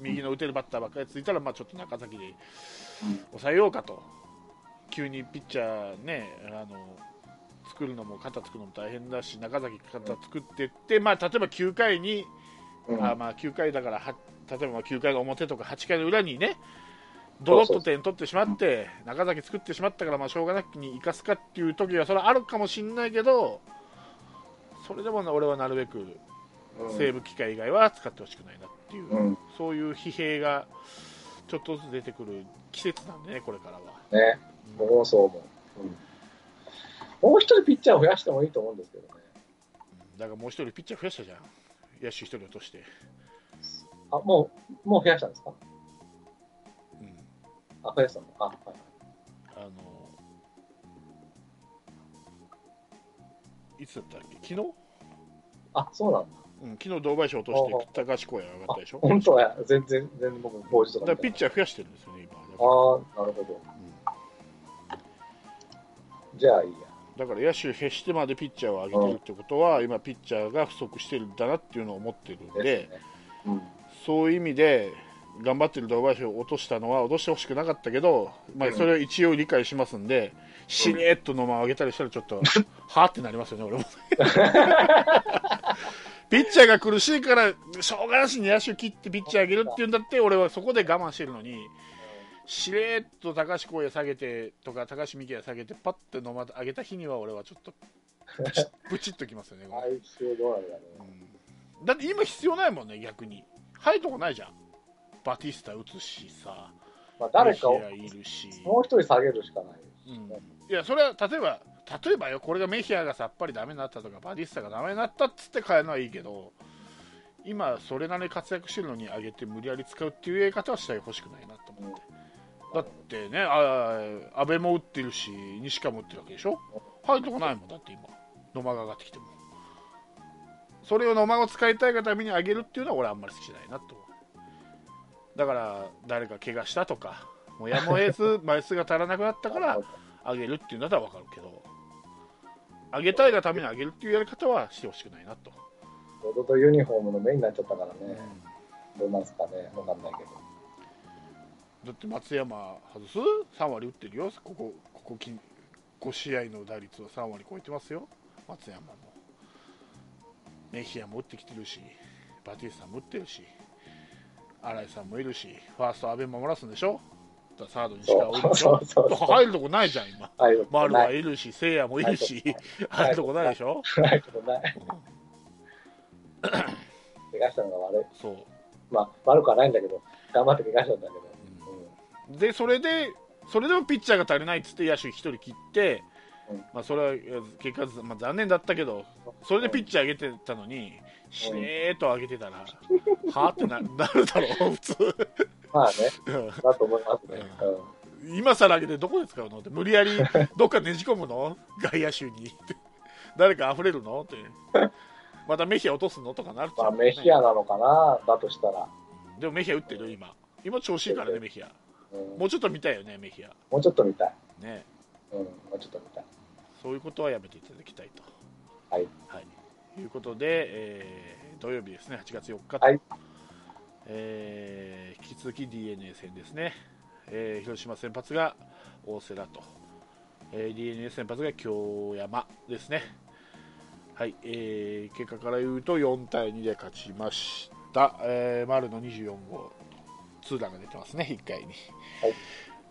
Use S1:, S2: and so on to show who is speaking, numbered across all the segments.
S1: 右の打てるバッターばっかりついたら、まあ、ちょっと中崎で抑えようかと、急にピッチャーね、あの作るのも肩作るのも大変だし、中崎、肩作ってって、まあ、例えば9回に、
S2: うん
S1: あまあ9回だからは、例えば9回の表とか8回の裏にね、ドロッと点取ってしまって、中崎作ってしまったから、まあ、しょうがなくに生かすかっていう時は、それはあるかもしれないけど、それでもな俺はなるべく
S2: うん
S1: セーブ機会以外は使ってほしくないなっていう、
S2: うん
S1: そういう疲弊がちょっとずつ出てくる季節なんでね、これからは。
S2: ね、僕もそう思う、うんもう一人ピッチャーを増やしてもいいと思うんですけどね、
S1: だからもう一人ピッチャー増やしたじゃん、野手一人落として。
S2: あもうもう増やしたんですか
S1: うん
S2: あ増やしたのあ、はいはい、
S1: あのいつだったっけ昨日、
S2: あそうなんだ、
S1: うん、昨日同賠賞落として
S2: ああ
S1: 高橋光也が上がったでし
S2: あ
S1: ょ
S2: 本当は全然、全然僕、工事と
S1: だ
S2: か
S1: からピッチ
S2: ャー
S1: ャー増やしてるんですよね今だか
S2: ああ、なるほど、
S1: ら,、
S2: じゃあいいや、
S1: うん、だから野手減してまでピッチャーを上げてるってことは今ピッチャーが不足してるんだなっていうのを思ってるん
S2: で
S1: です
S2: ね、うん、
S1: そういう意味で頑張ってる堂林を落としたのは落としてほしくなかったけど、まあ、それは一応理解しますんで、しれっとのまま上げたりしたらちょっと、はーってなりますよね、俺も。ピッチャーが苦しいから、しょうがなしに野手切ってピッチャー上げるっていうんだって、俺はそこで我慢してるのに、しれっと高橋光也下げてとか、高橋美希也下げて、パッてのま上げた日には、俺はちょっとプチッ、プチッときますよね。
S2: 相性どうなんだね、
S1: うんだって今必要ないもんね逆に入るとこないじゃんバティスタ打つしさ
S2: まあ、誰かを
S1: メヒアいるし、
S2: もう一人下げるしかないです
S1: うん
S2: ね、
S1: いやそれは例えば例えばよこれがメヒアがさっぱりダメになったとかバティスタがダメになったっつって変えるのはいいけど今それなりに活躍してるのに上げて無理やり使うっていうやり方はしてほしくないなと思って、だってねああ安倍も打ってるし西川も打ってるわけでしょ入るとこないもんだって今野間が上がってきてもそれを野間を使いたいがために上げるっていうのは俺あんまり好きじゃないなと思うだから誰か怪我したとかもやもえず枚数が足らなくなったから上げるっていうんだったら分かるけど上げたいがために上げるっていうやり方はしてほしくないなと、
S2: ロドとユニフォームの目になっちゃったからね、どうなんですかね、わかんないけど、
S1: だって松山外す3割打ってるよここここ近5試合の打率は3割超えてますよ松山もメヒアも打ってきてるしバティスタも打ってるし新井さんもいるしファースト阿部守らすんでしょだからサードにしか打るでしょ
S2: そうそうそうそう
S1: 入るとこないじゃん今
S2: ああいうこと
S1: 丸は
S2: ない、
S1: いるし聖夜もいるし
S2: ない
S1: 入るとこないでしょ
S2: ないことない、怪我したのが悪い。
S1: そう
S2: まあ、悪くはないんだけど、頑張って怪我しちゃったんだけど、
S1: でそれでそれでもピッチャーが足りないっつって野手1人切って、
S2: うん
S1: まあ、それはえー結果、まあ、残念だったけどそれでピッチャー上げてたのにしねーっと上げてたら、はあってななるだろう普 通
S2: まあね、だと思いますね。う
S1: 今更上げてどこで使うのって無理やりどっかねじ込むの外野手にって誰か溢れるのってまたメヒア落とすのとかなる
S2: ん、
S1: と
S2: まあ、メヒアなのかな、だとしたら、
S1: でもメヒア打ってる今今調子いいからねメヒア
S2: うん、
S1: もうちょっと見たいよねメヒア
S2: もうちょっと見たい。
S1: ね
S2: うん、もうちょっと見たい。
S1: そういうことはやめていただきたいと
S2: はい。
S1: はい、ということで、えー土曜日ですね、8月4日と、
S2: はい
S1: えー引き続き d n a 戦ですね、えー広島先発が大瀬良と、え d n a 先発が京山ですね、はいえー結果から言うと4対2で勝ちました、えー丸の24号、ツーランが出てますね、1回に。
S2: はい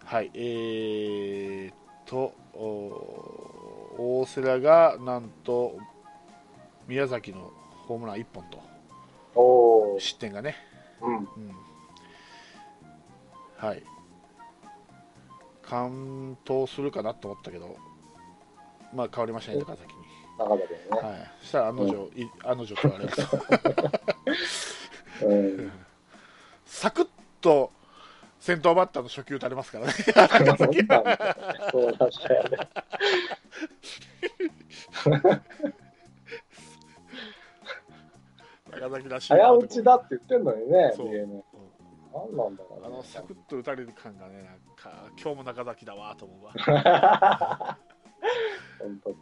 S1: はい、えーっと、お大瀬良がなんと宮崎のホームラン1本と
S2: おー、
S1: 失点がね、
S2: うん、
S1: うんはい完投するかなと思ったけどまあ変わりましたね高崎に、
S2: 中田だよね。
S1: はい、そしたら案の定、い案の定取られると
S2: うん、
S1: サクッと先頭バッターの初球打たれますからね
S2: そうだしたよね。
S1: 高崎らしいな
S2: 早打ちだって言ってんのにね、
S1: そう
S2: DNA。なんなんだろ
S1: あ
S2: う
S1: の
S2: ね。
S1: サクッと打たれる感がねなんか今日も中崎だわと思 うわ
S2: 本当に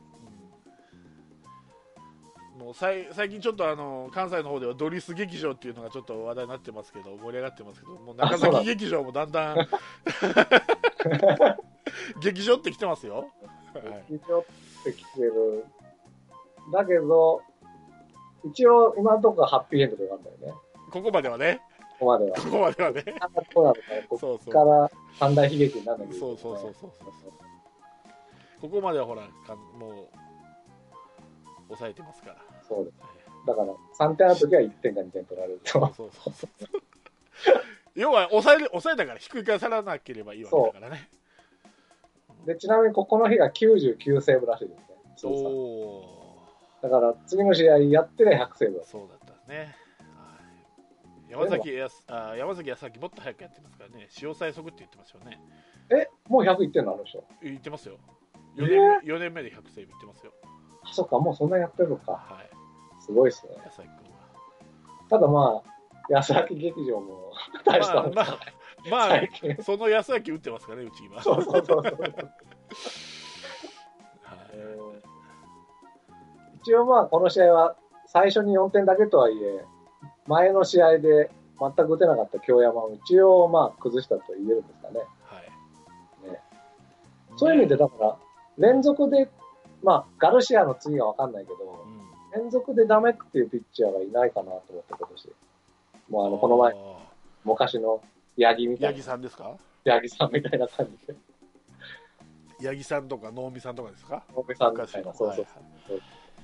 S1: うんもうさい最近ちょっとあの関西の方ではドリス劇場っていうのがちょっと話題になってますけど盛り上がってますけどもう中
S2: あそうな
S1: 崎
S2: ん
S1: 劇場もだんだ ん劇場って来てますよ、はい、
S2: 一応ってきてる。だけど、一応今のところハッピーエンドでなんだよね。
S1: ここまではね
S2: ここまでは
S1: こ。こまではね
S2: あんまこうなのかね。こ
S1: そう
S2: こ
S1: そう
S2: から三大悲劇になるんだけ
S1: そ
S2: ど、
S1: うそうそうそう
S2: そうそう。
S1: ここまではほらかんもう抑えてますから
S2: そうです。だから、3点あるときは1点か2点取られる
S1: そ
S2: と。
S1: うそうそうそう要は抑える抑えたからひっくり返さらなければいいわけだからね
S2: で、ちなみにここの日が99セーブらしいですね。
S1: お
S2: 通算
S1: おー
S2: だから、次の試合やってね、100セーブだ
S1: そうだったね。はい山崎やすあ山崎康明もっと早くやってますからね、使用最速って言ってますよね。
S2: え、もう100いってんのあの人。
S1: 言ってますよ。4年目 ,4 年目で100セーブいってますよ。
S2: あ、そっか、もうそんなやってるのか。
S1: はい、
S2: すごいですね。
S1: 康明君は。
S2: ただまあ、安崎劇場も 大したもん、
S1: まあ、まあ、ま
S2: 最近。
S1: あ、その安明打ってますからね、うち今。
S2: そうそうそうそう。
S1: はい
S2: えー一応まあ、この試合は最初に4点だけとはいえ、前の試合で全く打てなかった京山を一応まあ、崩したと言えるんですかね。
S1: はい
S2: ねそういう意味で、
S1: ね
S2: だから、連続で、まあ、ガルシアの次が分かんないけ
S1: う
S2: ど、
S1: ん
S2: 連続でダメっていうピッチャーがいないかなと思って、今年。もう、あの、この前、
S1: あ
S2: 昔の八木み
S1: ー
S2: た
S1: 八
S2: い
S1: 木
S2: な、
S1: さんですか
S2: 八木さんみたいな感じで、
S1: 八木さんとか能見さんとかですか
S2: 大部さんみたいな、そうそ
S1: はい
S2: う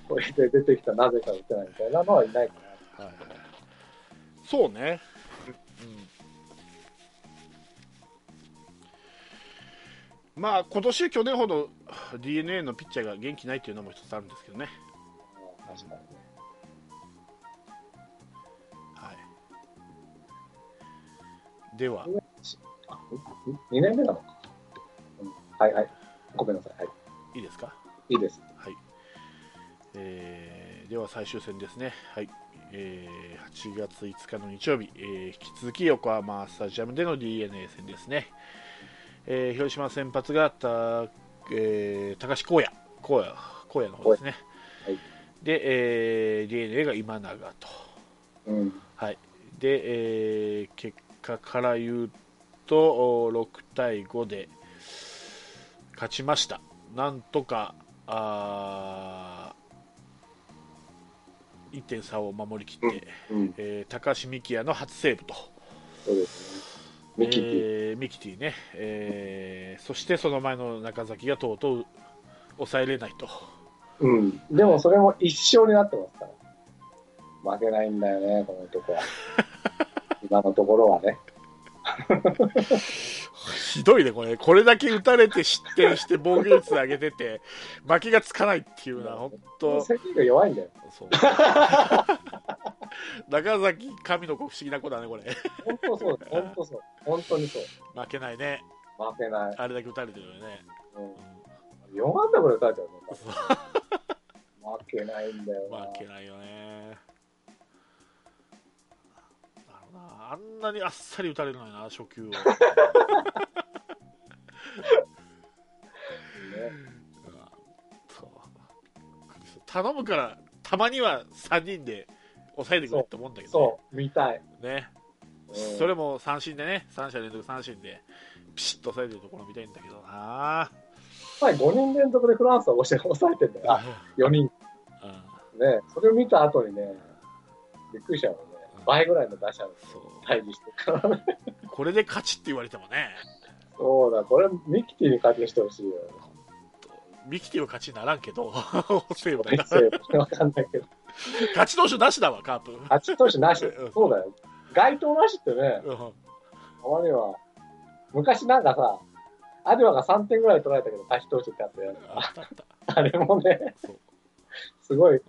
S2: これで出てきたなぜか打てないみたいなのはいないかな。
S1: はい、そうね、うん、まあ今年去年ほど d n a のピッチャーが元気ないっていうのも一つあるんですけどね、
S2: 確かにね。
S1: はい、では
S2: あ、2年目なのか。うんはいはい。ごめんなさい。はい
S1: いですか、
S2: いいです。
S1: はいえーでは最終戦ですね、はいえー8月5日の日曜日、えー引き続き横浜スタジアムでの d n a 戦ですね、えー広島先発がた、えー高橋光也光也光也の方ですね、
S2: はい
S1: で、えー、d n a が今永と、
S2: うん。
S1: はいでえー結果から言うとお6対5で勝ちましたなんとかあー1点差を守りきって、
S2: うん。
S1: えー高橋幹也の初セーブと
S2: そうですね。ミキティ。
S1: えーミキティね、えーそしてその前の中崎がとうとう抑えれないと
S2: うん。でもそれも一勝になってますから。負けないんだよね、この男 は。今のところはね。
S1: ひどいねこれこれだけ打たれて失点して防御率上げてて負けがつかないっていうのは本当
S2: セキが弱いんだよ。
S1: そう中崎神の子不思議な子だねこれ
S2: 本当そうだよ。本当そう。本当にそう。
S1: 負けないね
S2: 負けない。
S1: あれだけ打たれてるよね、
S2: うん
S1: う。
S2: 4安打ぐらい打たれちゃうね。
S1: そう
S2: 負けないんだよな。
S1: ん、負けないよねだろうなあんなにあっさり打たれるのにな初球 を
S2: ね。
S1: そう頼むからたまには3人で抑えてくれって思うんだけどね
S2: そう、見たい。
S1: ね
S2: うん
S1: それも三振でね3者連続三振でピシッと抑えてるところ見たいんだけどな
S2: やっぱり5人連続でフランスは押し抑えてんだよ。あ、4人。
S1: うん
S2: ね。それを見た後にね、びっくりしちゃうよね。倍ぐらいの打者の
S1: そう
S2: 対峙して るからね。
S1: これで勝ちって言われてもね
S2: そうだ、これミキティに勝ちしてほしいよ。
S1: ミキティは勝ちにならんけどセーブだな
S2: セーブわかんない けど。
S1: 勝ち投手なしだわカープ、う
S2: 勝ち投手なし
S1: うん。
S2: そうだよ。街頭なしってね、
S1: ん
S2: たまには、昔なんかさ、アデュアが3点ぐらい取られたけど、勝ち投手ってあったよね。
S1: あったあった
S2: あれもね、
S1: そう、
S2: すごい
S1: うん、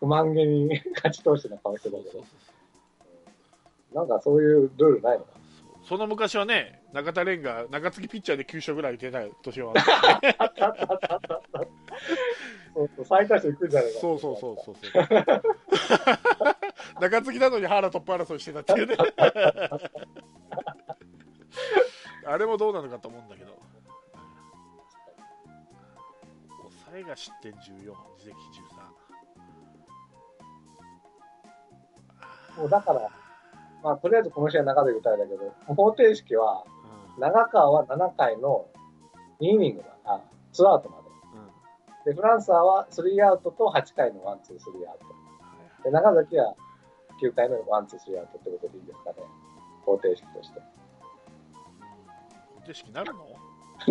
S2: 不満げに 勝ち投手な顔して
S1: そう
S2: た
S1: そう
S2: け
S1: そう
S2: ど、なんかそういうルールないのかな
S1: そうその昔はね中田蓮が中継ぎピッチャーで9勝ぐらい出た年は
S2: そうそう、最下手行くんじゃないかな
S1: そうそうそうそうそう 中継ぎなのに原トップ争いしてたっていうね あれもどうなのかと思うんだけど抑えが失点14自責13
S2: もうだから、まあ、とりあえずこの試合中で打たれたけど、方程式は、
S1: う
S2: 長川は7回の2イニングまで、あ、2アウトま
S1: んうん
S2: で。で、フランサーは3アウトと8回の1、2、3アウ
S1: はい
S2: ト。で、長崎は9回の1、2、3アウトってことでいいですかね。方程式として。
S1: 方程式なるの、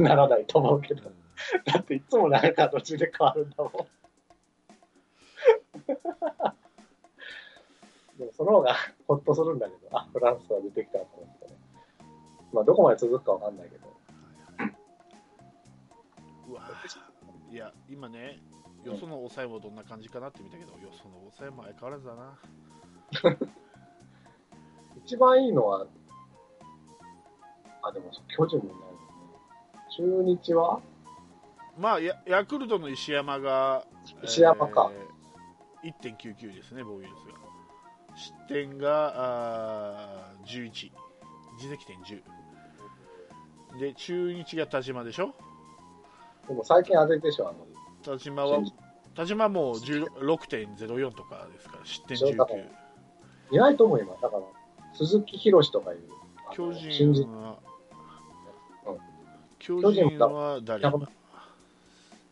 S2: ならないと思うけど
S1: う。ん
S2: だっていつも長川途中で変わるんだ もん。でもその方がほっとするんだけど、あ、フランスは出てきたと思ってね。まあどこまで続くかわかんないけど。
S1: うわぁいや今ねよその抑えもどんな感じかなって見たけどよその抑えも相変わらずだな
S2: 一番いいのは、あ、でも巨人もいないもんね。中日は
S1: まあやヤクルトの石山が
S2: 石山か、
S1: えー1.99ですね防御率が失点があー11自責点10で中日が田島でしょ
S2: でも最近あれでしょ、あの、
S1: 田島は田島はもう16.04とかですから失点19
S2: いないと思います。だから、鈴木宏とかいう。あの
S1: 巨人
S2: 新人
S1: は
S2: うん
S1: 巨
S2: 巨
S1: 人
S2: 人
S1: は誰
S2: いな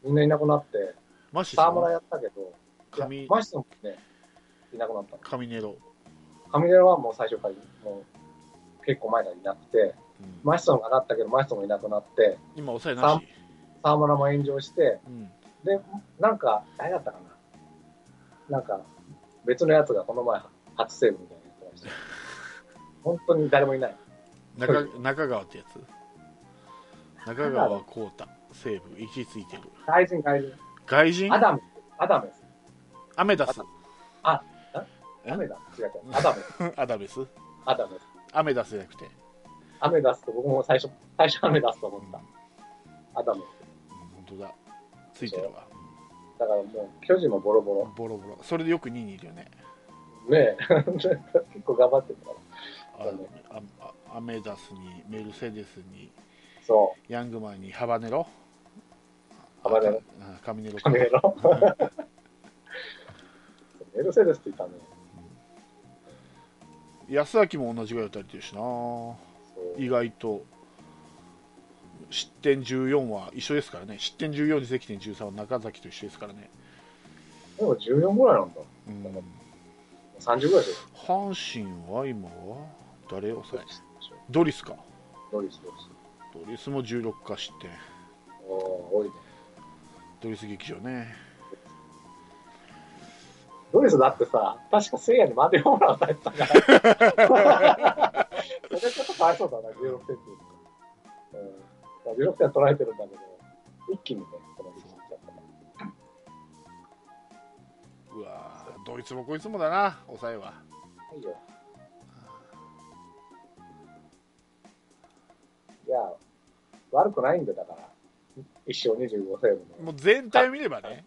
S2: みんないなくなって、
S1: マシさ
S2: 沢村
S1: ん
S2: やったけど、い
S1: 神
S2: やマシソンもね、いなくなった。
S1: 神ネロ、
S2: カミネロはもう最初からもう結構前からいなくて、
S1: うん
S2: マシソンがなったけど、マシソンもいなくなって、
S1: 今抑えなし、
S2: 沢村も炎上して、
S1: うん、
S2: で、なんか、誰だったかな。なんか、別のやつがこの前、初セーブみたいなの言ってました。本当に誰もいない。
S1: 中中川ってやつ中川浩太西武行き着いてる
S2: 外人、外人。
S1: 外人
S2: アダム、アダムです。
S1: アメダスえ
S2: アメダス。違う違う。アダムです。
S1: アダベス
S2: アダムです。
S1: アメダスじゃなくて
S2: アメダスと僕も最初、最初アメダスと思った。アダムです。
S1: 本当だついてるわ
S2: だからもう、巨人もボロボロ。
S1: ボロボロそれでよく2位にいるよね
S2: ねえ、 結構頑張ってるから。
S1: あ
S2: そうね
S1: ああアメダスにメルセデスに
S2: そ
S1: ヤングマンにハバネロ
S2: ハバネロ
S1: あカミネロ
S2: う、カ
S1: か
S2: メ ロ。メルセデスって言ったね。
S1: 安崎も同じぐらい打たれてるしな
S2: そう
S1: 意外と失点14は一緒ですからね失点14自責点13は中崎と一緒ですからね、
S2: でも14ぐらいなんだ。
S1: うん、
S2: 30ぐらいでし
S1: 阪神は今は誰を
S2: ょ
S1: 抑えドリスか
S2: ドリス、ドリス。
S1: ドリスも16か失点
S2: おー多いね。
S1: ドリス劇場ね
S2: ドリスだってさ、確か聖夜にマデホームラン打たれてたから。それちょっとかわいそうだな、16点っていうのが。うん。まあ16点は取られてるんだけど、一気にね、この1ちゃったから。
S1: うわーどいつもこいつもだな抑えは
S2: はいよ。いや、悪くないんだよだから。一生25セーブ
S1: も
S2: の
S1: う全体見ればね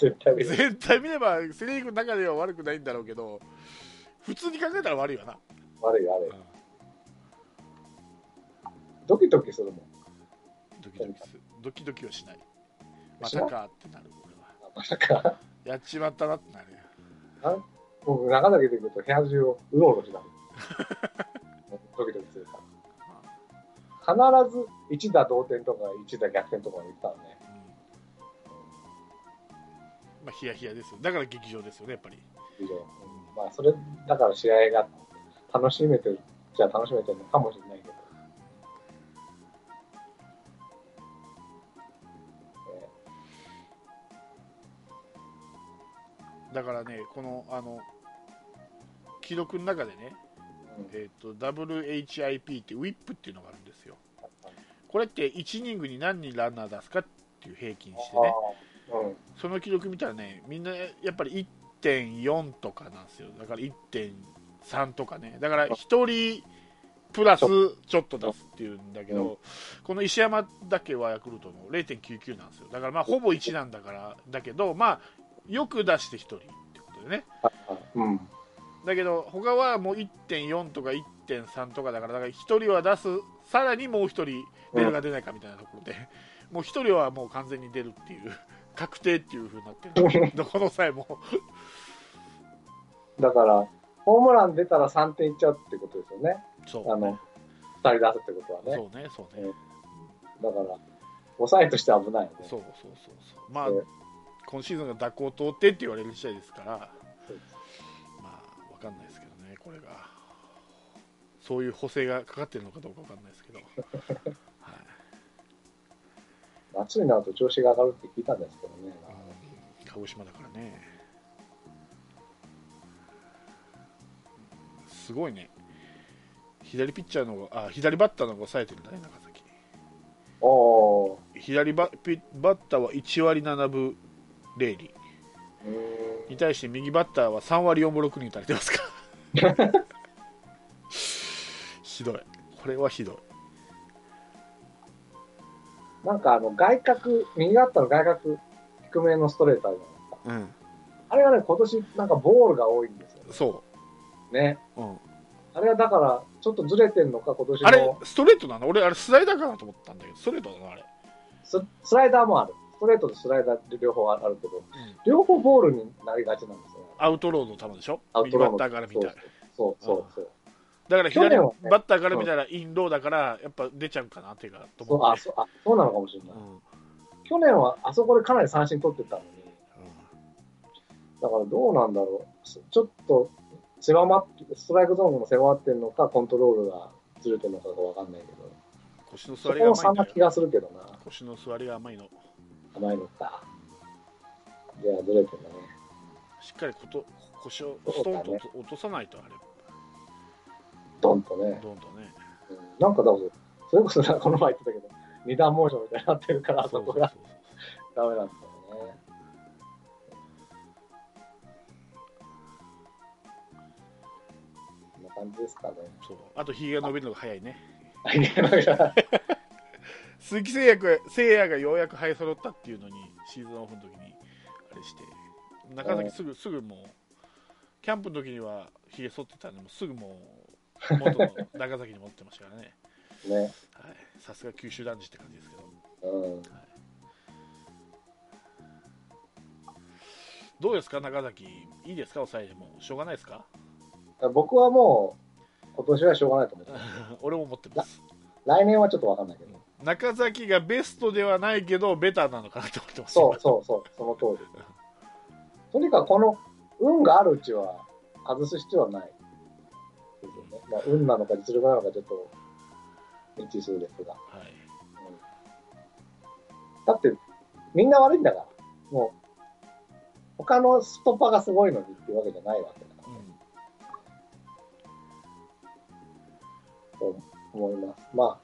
S2: 絶対見る
S1: 全体見ればセ・リーグの中では悪くないんだろうけど普通に考えたら悪いわな
S2: 悪い悪い。ドキドキするもん。
S1: ドキドキするドキドキはしないま
S2: したない
S1: かってなる俺は
S2: まさか、
S1: やっちまったなってなるよ
S2: 僕、中だけで行くと部屋中をうろうろ しなる。ドキドキするから。必ず1打同点とか1打逆転とかで行ったのね。
S1: うんまあヒヤヒヤですよだから劇場ですよねやっぱり
S2: 以上。まあ、それ、だから試合が楽しめてる、じゃあ楽しめてるのかもしれないけど。え
S1: だからねこのあの記録の中でね、
S2: ーうん
S1: えー、と WHIP ってウィップっていうのがあるんですよこれって1イニングに何人ランナー出すかっていう平均してね
S2: あーうん
S1: その記録見たらねみんなやっぱり1.4とかなんですよだから1.3とかねだから1人プラスちょっと出すっていうんだけど、この石山だけはヤクルトの0.99なんですよだからまあほぼ1なんだからだけどまあよく出して1人ってことでね
S2: あうん。
S1: だけど他はもう1.4とか1.3とかだからだから1人は出すさらにもう1人出るか出ないかみたいなところで、もう1人はもう完全に出るっていう 確定っていうふうになってるどこの際も
S2: だから、ホームラン出たら3点いっちゃうってことですよね。
S1: そう
S2: あの、2人出すってことはね。
S1: そうねそうね
S2: だから、抑えとして危ないよね。
S1: そうそうそうそうまあ
S2: うん
S1: 今シーズンが蛇行通ってって言われる試合ですから
S2: そうです
S1: まあわかんないですけどねこれがそういう補正がかかってるのかどうかわかんないですけ ど、はい
S2: 夏になると調子が上がるって聞いたんですけどね。
S1: うん鹿児島だからねすごいね左ピッチャーの方があ左バッターの方が抑えてるんだね中崎
S2: おお
S1: 左バピバッターは1割7分0厘
S2: ー。うーん
S1: に対して右バッターは3割4分6に打たれてますから ひどいこれはひどい
S2: なんかあの外角、右バッターの外角低めのストレートあるじゃないです
S1: う
S2: か。
S1: ん
S2: あれがね、今年なんかボールが多いんですよ
S1: そ
S2: ね。
S1: う、うん、
S2: あれはだから、ちょっとずれてんのか、今年
S1: あれ
S2: の
S1: ストレートなの俺あれスライダーかなと思ったんだけどストレートなのあれ
S2: ススライダーもある。ストレートとスライダーって両方あるけど、
S1: ん
S2: 両方ボールになりがちなんですよね。
S1: アウトロードの球でしょ
S2: アウ
S1: 右
S2: ト
S1: バ
S2: ロ
S1: ッ
S2: ーの
S1: ターから見たら
S2: そうそうそう。
S1: だから
S2: 去
S1: 左
S2: 年は
S1: バ
S2: ね
S1: ッターから見たらインローだからやっぱ出ちゃうかなっていうかと
S2: そう
S1: 思っ
S2: あ
S1: て
S2: そうあそうなのかもしれない、
S1: うん
S2: 去年はあそこでかなり三振取ってたのに、
S1: う
S2: だからどうなんだろう、すちょっと狭まって、ストライクゾーンも狭まってるのか、コントロールがずれてるのかがわかんないけど、
S1: ん腰の
S2: そ
S1: 座りが
S2: こも
S1: 甘い
S2: 差
S1: んだ
S2: な
S1: よ
S2: 気がするけどな、
S1: 腰の座りが甘いの
S2: 甘いのか。いや、ずれてるね。
S1: しっかりこと腰をストンと
S2: そうだね
S1: 落とさないとあ
S2: ドンと
S1: れ
S2: ね。
S1: どんどんね
S2: うんなんかだから、それこそなんかこの前言ってたけど、二段モーションみたいになってるから、あそこが
S1: そうそうそうそう
S2: ダメなんだよね。こんな感じです かね。
S1: そうあとひげが伸びるのが早いね
S2: 来年のが
S1: 鈴木製薬製薬がようやく生え揃ったっていうのにシーズンオフの時にあれして中崎すぐすぐもうキャンプの時にはひげ剃ってたんでもうすぐもう元の中崎に戻ってましたからね
S2: ね。
S1: はい、さすが九州男児って感じですけど、
S2: うん。
S1: どうですか、中崎、いいですか、抑えても、しょうがないです か、
S2: 僕はもう、今年はしょうがないと思ってます。
S1: 俺も持ってます、
S2: 来年はちょっとわかんないけど。
S1: 中崎がベストではないけど、ベターなのかなと思ってます、
S2: そうそうそう、その通り。とにかくこの、運があるうちは、外す必要はない。ですよね。まあ、運なのか実力なのかちょっと、未知数ですが。
S1: はい、
S2: だって、みんな悪いんだから。もう、他のストッパーがすごいのにっていうわけじゃないわけだか
S1: うん
S2: ら、と思います。ま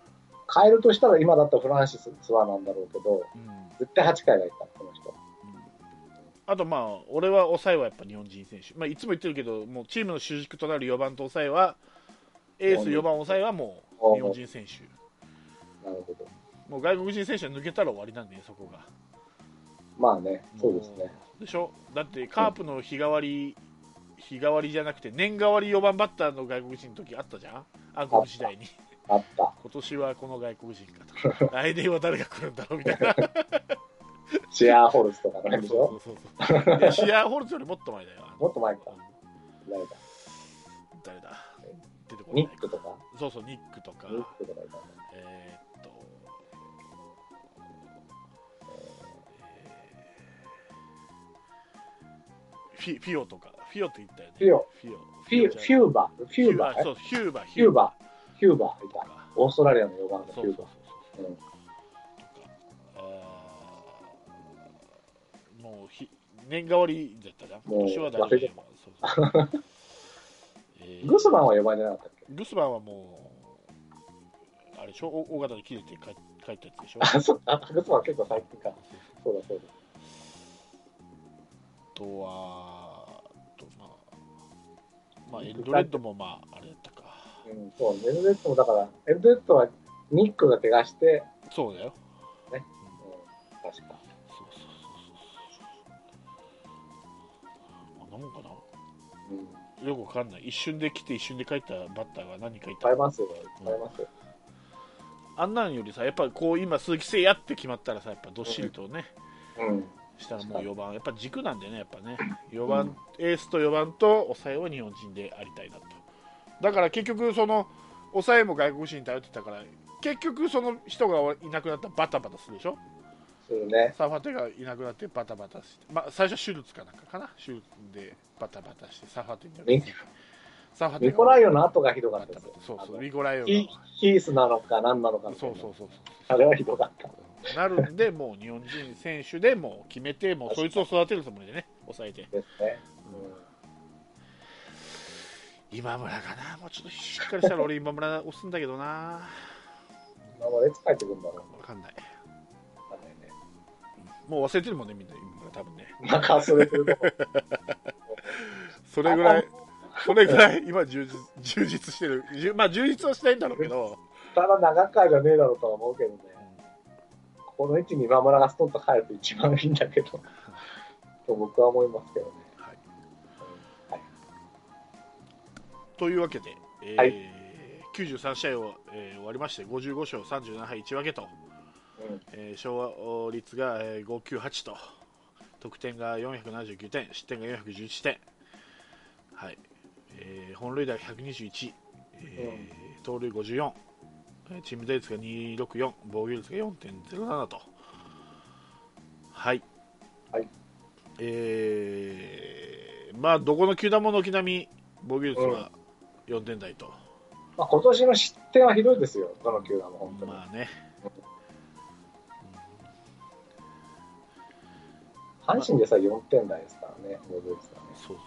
S2: あ、変えるとしたら今だったらフランシス・スワなんだろうけど、
S1: うんうん
S2: 絶対8回がいいから、この人。
S1: あと、まあ、俺は抑えはやっぱ日本人選手、まあ、いつも言ってるけど、もうチームの主軸となる4番と抑えは、エース4番抑えはもう日本人選手、
S2: なるほど。
S1: もう外国人選手は抜けたら終わりなんで、そこが。
S2: まあね、そうですね。
S1: でしょだってカープの日替わり日替わりじゃなくて年替わり4番バッターの外国人の時あったじゃん暗黒時代に
S2: あった。
S1: 今年はこの外国人か と来年は誰が来るんだろうみたいな
S2: シェアーホルスとかの
S1: そ
S2: 辺
S1: う
S2: でし
S1: そ
S2: ょ
S1: うそうそういやシアーホルツよりもっと前だよ
S2: もっと前か誰か
S1: 誰だ出てこない
S2: ニックとか
S1: そうそうニックとか
S2: ニックとかいたね。
S1: えーっとえーフィフィオとかフィオって言ったよね
S2: フィオ
S1: フィオ
S2: フィ
S1: じゃない
S2: フューバー。フ
S1: ヒュ
S2: ュ
S1: ー
S2: ー
S1: バ
S2: バ
S1: ー、
S2: ー
S1: そ
S2: ね。
S1: う、ヒューバー、
S2: ヒューバー。ヒューバーいた。
S1: ー。
S2: オーストラリアの4番の
S1: そ
S2: ヒ
S1: うそう
S2: ュー
S1: そう
S2: バ
S1: そう。
S2: ー。うん。
S1: あーもうひ年替わりだったじゃん。今年は大丈夫。そうそうえー
S2: グスマンは4番じゃなかったっけ
S1: グスマンはもう、あれでしょ、お大型で切れて帰帰ったやつでしょ。
S2: あ、そう、あ、グスマン結構最近か。そうだそうだ。
S1: あとは、あとまあ、まあ、エンドレッドもまあ、あれだったか。
S2: うん、そう、エルデットもだから、エルデットはニックが怪我して、
S1: そうだよ。
S2: うん、確か。
S1: そうそうそうそうそうあなんか
S2: うん、いっ
S1: なよくわかんない一瞬で来て一瞬で帰ったバッターが何かい
S2: ぱい
S1: た
S2: いますよ、いっぱいいますよ。
S1: あんなんよりさやっぱりこう今鈴木誠也って決まったらさやっぱどっしりとね、
S2: うん。
S1: したらもう4番、やっぱ軸なんでね、やっぱね、4番、エースと4番と抑えは日本人でありたいなと。だから結局、その抑えも外国人に頼ってたから、結局、その人がいなくなったらバタバタするでしょ、
S2: するね。
S1: サーファテがいなくなってバタバタして、まあ、最初はシュルツかなんかかな、シュルツでバタバタして、サーファテにな
S2: え
S1: サーファテ
S2: ニコライオの後がひどか
S1: バ
S2: ったで
S1: タ
S2: す
S1: バ
S2: よ
S1: タ。そう
S2: あ
S1: そう、
S2: の
S1: リコライオ
S2: ヒ
S1: が。
S2: ヒースなのか何なのかみたい
S1: そう
S2: な
S1: そうそうそう。
S2: あれはひどかった。
S1: なるんで、もう日本人選手でもう決めて、もうそいつを育てるつもりでね、抑えて。
S2: ですね。
S1: 今村かな、もうちょっとしっかりしたら俺、今村押すんだけどな、
S2: うん。今までいつ帰ってくるんだろ
S1: わかんない。
S2: う。わかんないね。
S1: もう忘れてるもんね、みんな、今村、多分ね。
S2: まあ、かそれするとこ
S1: それぐらい、それぐらい、今充実、充実してる、じゅまあ、充実はしてないんだろうけど、
S2: ただ長くじゃねえだろうとは思うけどね。この位置に今村がストンと帰ると一番いいんだけど。と僕は思いますけどね。
S1: はい
S2: はい
S1: というわけで、えー
S2: はい
S1: 93試合を、えー終わりまして、55勝37敗1分けと、
S2: うん。
S1: えー勝率が、えー598と、得点が479点、失点が411点、はいえー本塁打が121、えー盗塁54、えーチーム打率が264、防御率が4.07と、はい、
S2: はい
S1: えーまあ、どこの球団も軒並み防御率が4点台と、
S2: まあ、今年の失点はひどいですよ。どの球団も本当に。
S1: まあね、
S2: 阪神でさえ4点台ですからね。防御率がね。
S1: そうそうそう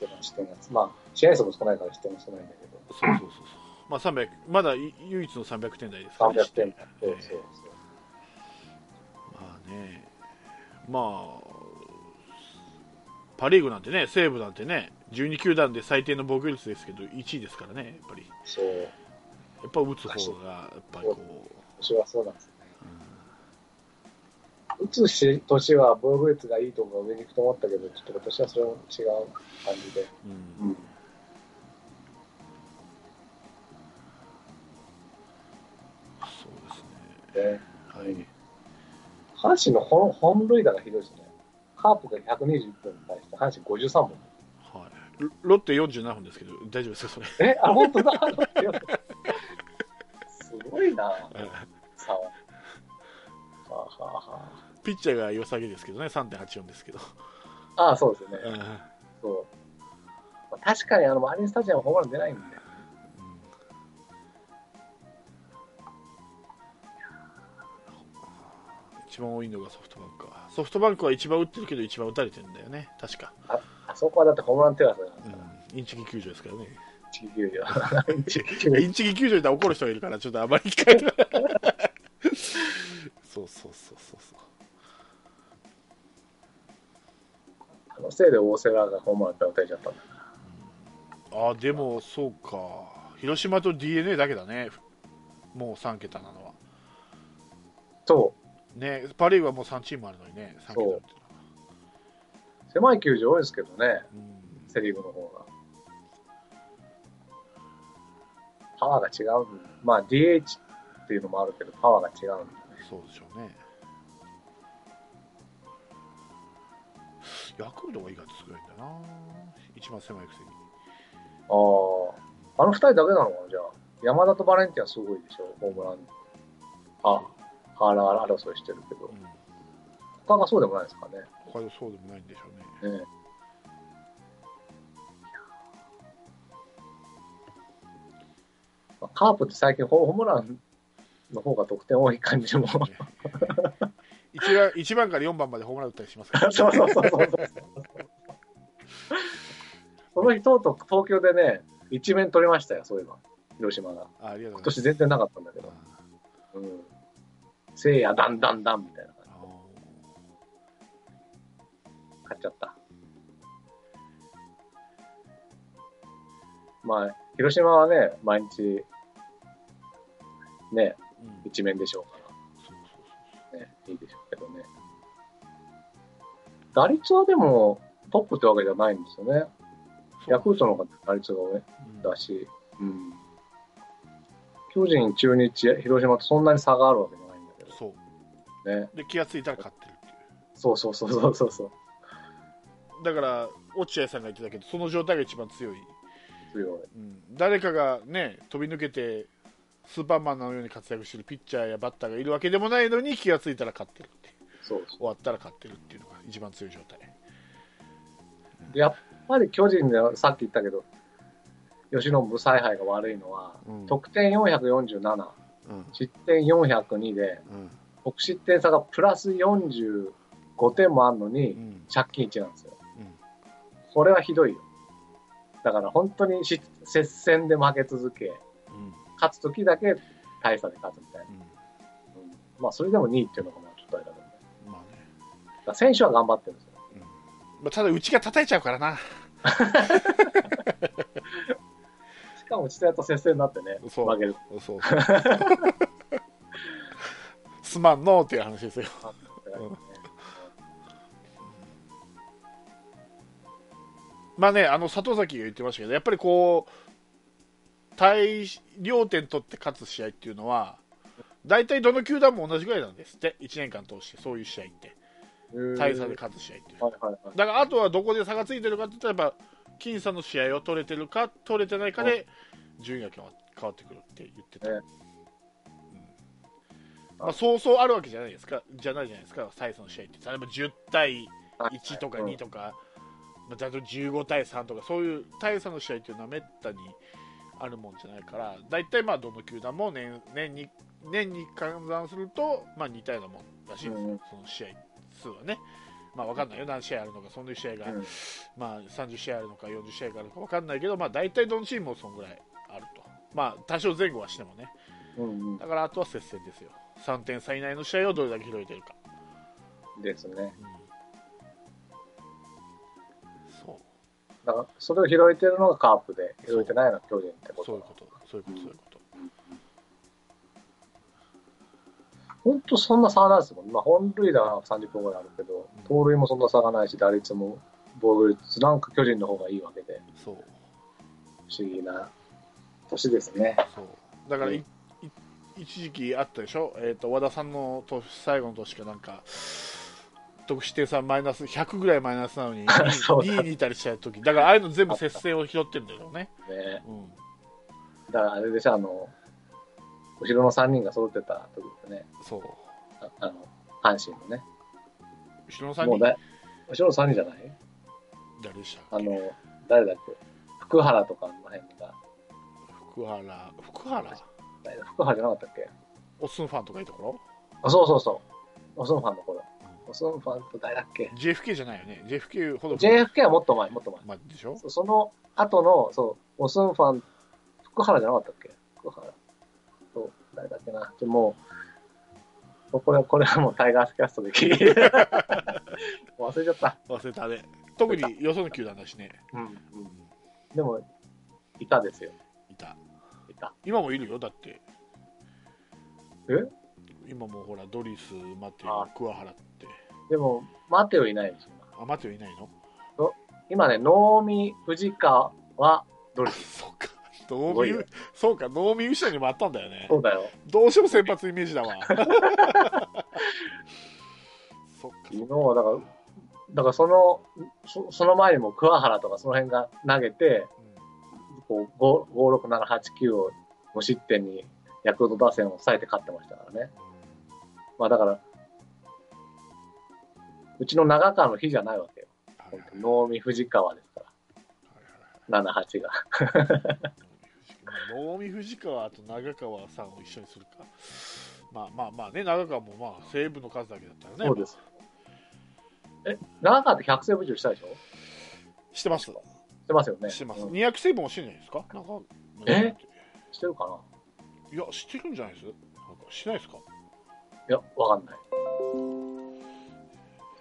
S1: そう。
S2: 一番失点が。まあ、試合数も少ないから失点も少ないんだけど。
S1: そうそうそうそう。まあ300まだい唯一の300点台ですから、
S2: 300点台。
S1: え
S2: そう
S1: え
S2: そうそう。
S1: まあね、まあパリーグなんてね、西武なんてね、12球団で最低の防御率ですけど1位ですからね、やっぱり。
S2: そう。
S1: やっぱ打つ方がやっぱりこう
S2: 年はそうなんですね。打つし年は防御率がいいところが上に行くと思ったけど、ちょっと今年はそれも違う感じで。、
S1: うん、そうですね。
S2: で
S1: はい。
S2: 阪神の本本塁打がひどいですね。カープが121分に対して阪神53本。
S1: はい、ロロッテ47分ですけど、大丈夫ですか、それ。
S2: え、あ、本当だ。すごいな。さあ。はあ、は
S1: ピッチャーが良さげですけどね、3.84ですけど。
S2: あ、はあ。ああ、そうですよ
S1: う
S2: ね。
S1: ん
S2: そう。まあ確かにあのマリンスタジアムホームラン出ないんで。
S1: 一番多いのがソフトバンクかソフトバンクは一番打ってるけど一番打たれてるんだよね確か、
S2: あ、あそこはだってホームランテラスだから。
S1: うん、インチキ球場ですからね
S2: 地球上。 地球上
S1: インチキ球場で怒る人がいるからちょっとあまり聞かないそうそうそうそうそう
S2: あのせいで大瀬良がホームランって打たれちゃったんだ。
S1: あーでもそうか広島と d n a だけだねもう3桁なのは
S2: そ
S1: ねパ・リーグはもう3チームあるのにね3桁っていうのは
S2: う。狭い球場多いですけどね。
S1: うん
S2: セ・リーグの方が。パワーが違うんだまあ DH っていうのもあるけど、パワーが違うんだ
S1: そうでしょうねヤクルトが意外と少ないんだな一番狭いくせに
S2: ああ。あの二人だけなのかな、じゃあ。山田とバレンティンはすごいでしょ、ホームラン。あ、あらあら争いしてるけど
S1: う。ん
S2: 他がそうでもないですかね。
S1: 他でそうでもないんでしょうね
S2: ねえまあカープって最近ホホームランの方が得点多い感じも。そう
S1: ね一番一番から4番までホームラン打ったりしますから、
S2: そうそうそうそう。その日、とうとう東京でね、一面取りましたよ、そういえば。広島が。
S1: あありがとうございま
S2: 今
S1: す
S2: 年全然なかったんだけど。うん。せいや、だんだんだんみたいな感
S1: あ
S2: じ。
S1: ー
S2: 買っちゃった。まあ、広島はね、毎日、ね、
S1: うん
S2: 一面でしょうか
S1: そうそうそ
S2: ら、ね、いいでしょうけどね。打率はでも、トップってわけじゃないんですよね。
S1: う
S2: ヤクルトの方が打率が上
S1: うん
S2: だし、うん。巨人、中日、広島とそんなに差があるわけじゃないんだけ
S1: そ
S2: どね。
S1: うで気がついたら勝ってるっていう
S2: そうそうそうそうそうそう。
S1: だから落合さんが言ってたけどその状態が一番強い、
S2: 強い。
S1: うん、誰かがね飛び抜けてスーパーマンのように活躍してるピッチャーやバッターがいるわけでもないのに気がついたら勝ってるって
S2: そうそ
S1: 終わったら勝ってるっていうのが一番強い状態
S2: う。やっぱり巨人ではさっき言ったけど、吉野部采配が悪いのは、
S1: うん
S2: 得点447、
S1: うん
S2: 失点402で、
S1: うん
S2: 得失点差がプラス45点もあるの
S1: う
S2: に、
S1: ん
S2: 借金1なんですよ
S1: うん。
S2: これはひどいよ。だから本当にし接戦で負け続け、
S1: うん
S2: 勝つときだけ大差で勝つみたいな。うんまあそれでも2位っていうのがまあちょっとあれだけどね。
S1: うんまあね
S2: だから選手は頑張ってるんですよ。
S1: まあただうちが叩いちゃうからな
S2: しかもちとやと接戦になってね、
S1: そう
S2: 負ける。
S1: そうそうすまんのうっていう話ですよんまあね、あの里崎が言ってましたけど、やっぱりこう、大量点取って勝つ試合っていうのは、大体どの球団も同じぐらいなんですって、1年間通して、そういう試合って、
S2: うん
S1: 大差で勝つ試合っていう。
S2: はいはいはい。
S1: だから、あとはどこで差がついてるかって言ったら、やっぱ僅差の試合を取れてるか、取れてないかで、順位が変わ変わってくるって言ってた。う
S2: ね
S1: んまあ、そうそうあるわけじゃないですか、じゃないじゃないですか、最初の試合って。例えば10対1とか2とか、まあ、だいたい15対3とかそういう大差の試合っていうのはめったにあるもんじゃないから大体まあどの球団も年年に年に換算すると、まあ、似たようなもんらしいですよ、
S2: うん
S1: その試合数はね。まあ、わかんないよ何試合あるのか、そんな試合が、
S2: うん
S1: まあ、30試合あるのか、40試合があるのかわかんないけど、まあ、大体どのチームもそんぐらいあると、まあ、多少前後はしてもね、
S2: うん
S1: だからあとは接戦ですよ、3点差以内の試合をどれだけ拾えてるか、
S2: うん。ですね。
S1: そう
S2: だからそれを拾えてるのがカープで、拾えてないのが巨人ってこと。
S1: そういうこと、そういうこと、そういうこと。
S2: 本当そんな差はないですもん。まあ、本塁打は30分ぐらいあるけど
S1: うん、
S2: 盗塁もそんな差がないし、打率も防御率、なんか巨人の方がいいわけで、
S1: そう
S2: 不思議な年ですね。
S1: そうだからい、
S2: うん
S1: い一時期あったでしょ、えー、と和田さんの年最後の年かなんか得失点差マイナス100ぐらいマイナスなの に
S2: そうだ
S1: 2位にいたりした時だからああいうの全部接戦を拾ってるんだよね、
S2: ね
S1: うん、
S2: だからあれでしょ、あの、後ろの3人が揃ってた時ですね、
S1: そう
S2: ああの、阪神のね。
S1: 後ろの3
S2: もう
S1: 人
S2: だ後ろの3人じゃない
S1: 誰でした
S2: あ
S1: っけ
S2: の、誰だっけ福原とかの辺が、
S1: 福原福原
S2: 誰だ福原じゃなかったっけ
S1: オッスンファンとかいいところ
S2: あ、そうそうそう。オスンファンの頃。オスンファンと誰だっけ
S1: JFK じゃないよね JFK ほど
S2: ?JFK はもっと前、もっと前。
S1: まあでしょ
S2: そうその後の、そう、オスンファン、福原じゃなかったっけ福原と、誰だっけな。でもう、これ、これはもうタイガースキャストで聞い て。もう忘れちゃった。
S1: 忘れたね特によその球団だしね、
S2: うん、うん。
S1: うん
S2: でも、いたですよ。
S1: いた
S2: いた。
S1: 今もいるよだって
S2: え
S1: 今もほらドリスマテ
S2: あ
S1: オ桑原って
S2: でも、待てよいないですよ。
S1: あマテオいないの
S2: 今ね、能見、藤川、ドリス。
S1: そうか
S2: すご
S1: 能
S2: い
S1: 見
S2: よ
S1: そうか能見後ろにもあったんだよね
S2: そうだよ。
S1: どうしても先発イメージだ わそっかそっ
S2: 昨日
S1: か
S2: はだから、だからその、そその前にも桑原とかその辺が投げて、こう、5、6、7、8、9を無失点にヤクルト打線を抑えて勝ってましたからね。
S1: うん
S2: まあだから、うちの長川の日じゃないわけよ。
S1: はいはい
S2: 本
S1: はい
S2: 当能見藤川ですか
S1: は
S2: ら、7、8が。
S1: い能見藤川と長川さんを一緒にするかまあまあまあね長川もまあセーブの数だけだったらね
S2: そうです。え、長川って100セーブ以上したでしょ
S1: してます
S2: してますよね。
S1: してます、
S2: うん
S1: 200セーブもしてるんじゃないですかなんか
S2: えしてるかない
S1: や、知ってるんじゃないですなんかしないですか
S2: いや、わかんない。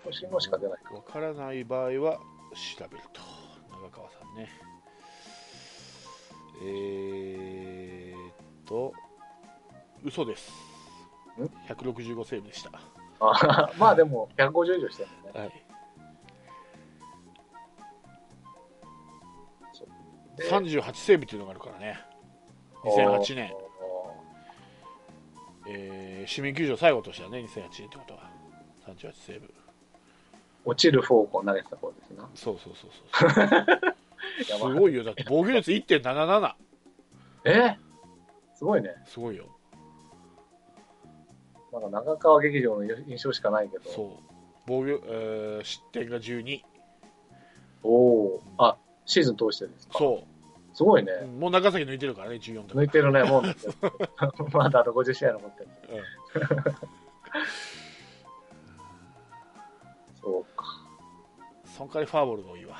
S2: 星のしか 出ない。
S1: わからない場合は調べると。長川さんね。えー、っと、嘘です
S2: ん。
S1: 165セーブでした。
S2: あまあでも、150以上してるんだね。
S1: はい。
S2: で
S1: 38セーブっていうのがあるからね。2008年、えー市民球場最後としてはね、2008年ってことは。38セーブ。
S2: 落ちるフォークを投げてた頃ですな。
S1: そうそうそうそう
S2: や
S1: す
S2: ばい。
S1: ごいよだって防御率1.77
S2: えすごいね。
S1: すごいよ
S2: なんか長川劇場の印象しかないけど。
S1: そう防御、えー失点が12
S2: おおー。あ、シーズン通してですか。
S1: そ
S2: すごいね。
S1: うもう長崎抜いてるからね14だか
S2: 抜
S1: ら
S2: いてるね、 もう。まだあと50試合残ってる。
S1: うん
S2: そうか。
S1: そんかりファーボールが多いわ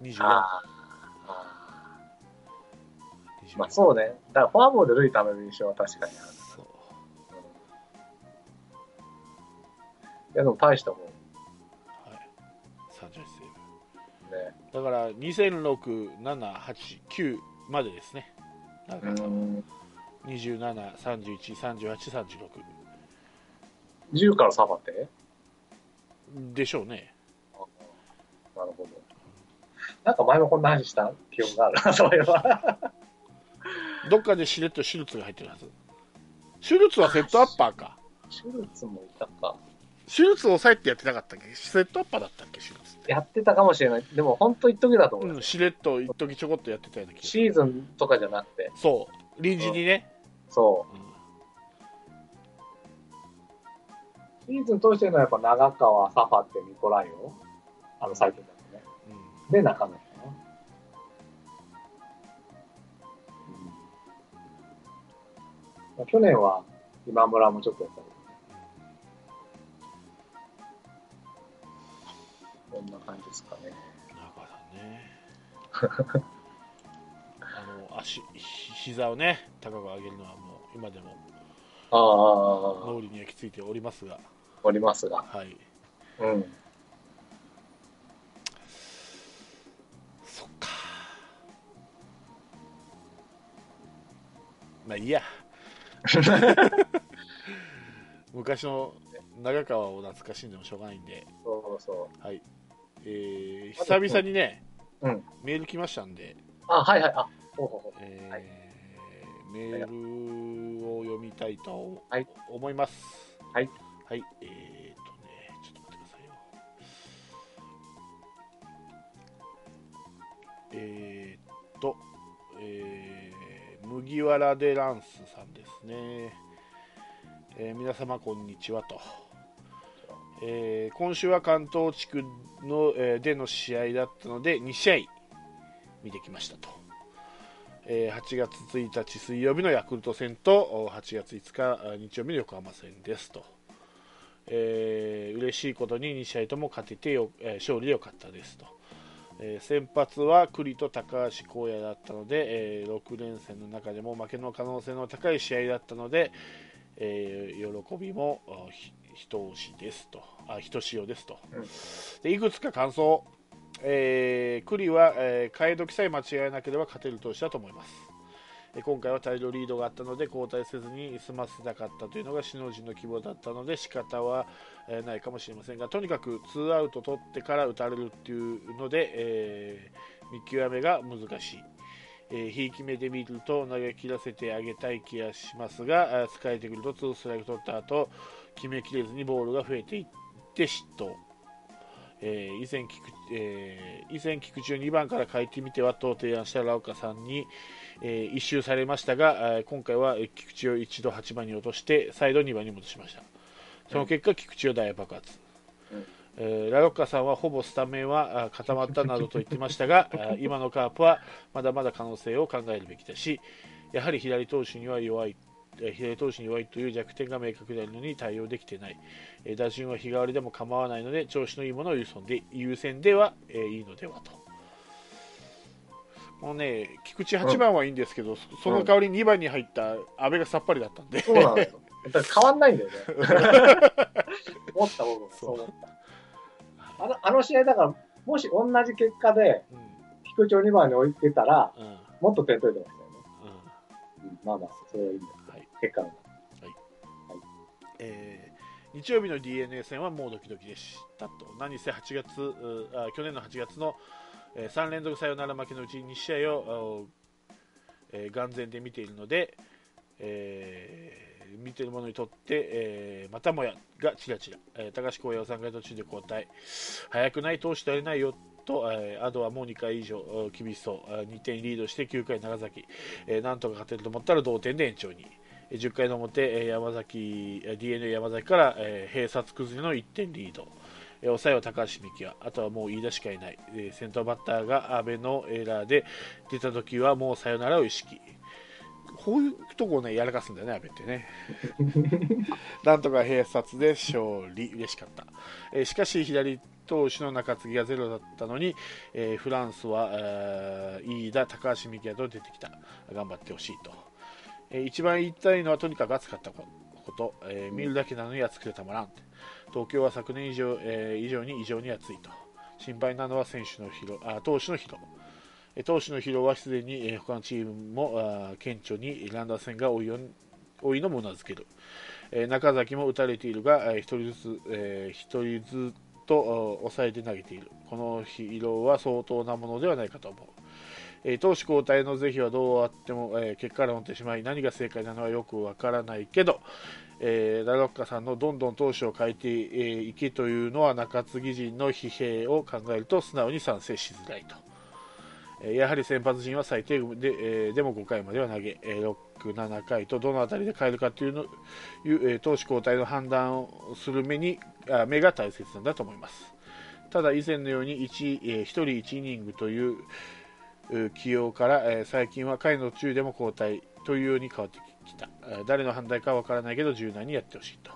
S1: 24
S2: ああ。ああ。
S1: 24
S2: まあそうね。だからフォアボールで塁ためる印象は確かにある。
S1: そう
S2: いやでも大したもんね。
S1: はい30セーブだから2006789までですねなん
S2: う
S1: か
S2: ん。
S1: 27313836
S2: 10から3番手
S1: でしょうね
S2: なるほど。なんか前もこんな話した記憶がある な、そういえば。
S1: どっかでしれっとシュルツが入ってるはずシュルツはセットアッパーか
S2: シュルツもいたか。
S1: シュルツ抑えてやってなかったっけセットアッパーだったっけシュルツって
S2: やってたかもしれない。でも本当一時だと思う、
S1: うんしれっと一時ちょこっとやってたような気がする
S2: シーズンとかじゃなくて、
S1: そう臨時にね、
S2: そ
S1: うん
S2: う。シーズン通してるのはやっぱ長川、サファってミコライオあの最近だとね。で、中野かな。まあ去年は今村もちょっとやったけどね。こんな感じですかね。
S1: 中だねあの足ひ膝をね高く上げるのはもう今でも
S2: ああ、
S1: 脳裏に焼き付いておりますが
S2: おりますが。
S1: はい
S2: うん。
S1: そっかまあい いや昔の長川を懐かしんでもしょうがないんで、
S2: そうそう。
S1: はいえー久々にね、
S2: うん
S1: メール来ましたんで、
S2: あ、はいはい。あ、ほうほうほう。
S1: えー
S2: はい
S1: メールを読みたいと
S2: はい
S1: 思います。
S2: はい。
S1: はい。えー、っとね、ちょっと待ってくださいよ。えー、っと、えー麦わらでランスさんですね。えー皆様こんにちはと。えー今週は関東地区の、えーでの試合だったので2試合見てきましたと、えー8月1日水曜日のヤクルト戦とお8月5日あ日曜日の横浜戦ですと、えー嬉しいことに2試合とも勝ててよ、えー勝利でよかったですと、えー先発は栗と高橋光也だったので、え6連戦の中でも負けの可能性の高い試合だったので、えー喜びもあひ人押しですとあ人しおですと、
S2: うん
S1: でいくつか感想えー、栗は、えー、替え時さえ間違えなければ勝てる投手だと思います、えー今回は大量リードがあったので交代せずに済ませたかったというのが首脳陣の希望だったので仕方は、えーないかもしれませんがとにかくツーアウト取ってから打たれるっていうので、えー見極めが難しいえーひいき目で見ると投げ切らせてあげたい気がしますがあー疲れてくるとツーストライク取った後決めきれずにボールが増えていって失投えー以前菊、えー以前菊池を2番から変えてみてはと提案したラオカさんに、えー一周されましたが、えー今回はえー菊池を一度8番に落として再度2番に戻しましたその結果、菊池を大爆発、
S2: うん
S1: えーラロッカさんはほぼスタメンはあ固まったなどと言ってましたがあー今のカープはまだまだ可能性を考えるべきだしやはり左投手には弱いえー左投手に弱いという弱点が明確であるのに対応できてないえー打順は日替わりでも構わないので調子のいいものを優先で優先では、えーいいのではと。もうね、菊池8番はいいんですけど、そその代わり2番に入った阿部がさっぱりだったんで、
S2: そうなんだよ。だから変わんないんだよね。 思った僕もそう思った。あのあの試合だから、もし同じ結果で、
S1: うん
S2: 菊池を2番に置いてたら、
S1: うんうん
S2: もっと点取れてましたよね。まあまあ、それはいいんだよ。
S1: はい
S2: 結果なんだ。
S1: えー日曜日の d n a 戦はもうドキドキでしたと何せ8月うあ去年の8月の、え3連続サヨナラ負けのうち2試合を、あーえー眼前で見ているので、えー見てる者にとって、えーまたもやがちらちら、えー高橋光也を3回途中で交代早くない投手足りないよと、えーアドはもう2回以上えー厳しそうあー2点リードして9回長崎、えーなんとか勝てると思ったら同点で延長にえー10回の表えー山崎 d n a 山崎から、えー併殺崩れの1点リードえー抑えは高橋美希也あとはもう飯田しかいない、えー先頭バッターが阿部のエラーで出た時はもうさよならを意識こういうとこをねやらかすんだよね阿部ってねなんとか併殺で勝利嬉しかった、えーしかし左投手の中継ぎがゼロだったのに、えーフランスはえー飯田高橋美希也と出てきた頑張ってほしいと、えー一番言いたいのはとにかく暑かったこと、えー見るだけなのに暑くてたまらん東京は昨年以上,、えー以上に異常に暑いと心配なのは選手の疲労あ投手の疲労えー投手の疲労はすでに、えー他のチームもあー顕著にランダー戦が多いよう多いのもうなずける、えー中崎も打たれているが、えー、1人ずつ、え1人ずつとお抑えて投げているこの疲労は相当なものではないかと思う、えー投手交代の是非はどうあっても、えー結果論ってしまい何が正解なのはよくわからないけど、えー、ラロッカさんのどんどん投手を変えてえーいけというのは中継ぎ陣の疲弊を考えると素直に賛成しづらいと、えーやはり先発陣は最低で,、えーでも5回までは投げ、えー6、7回とどのあたりで変えるかというのいう、えー投手交代の判断をする目にあ目が大切なんだと思いますただ以前のように 1,、えー、1人1イニングというえー起用から、えー最近は回の途中でも交代というように変わってきたえー誰の反対かは分からないけど柔軟にやってほしいと、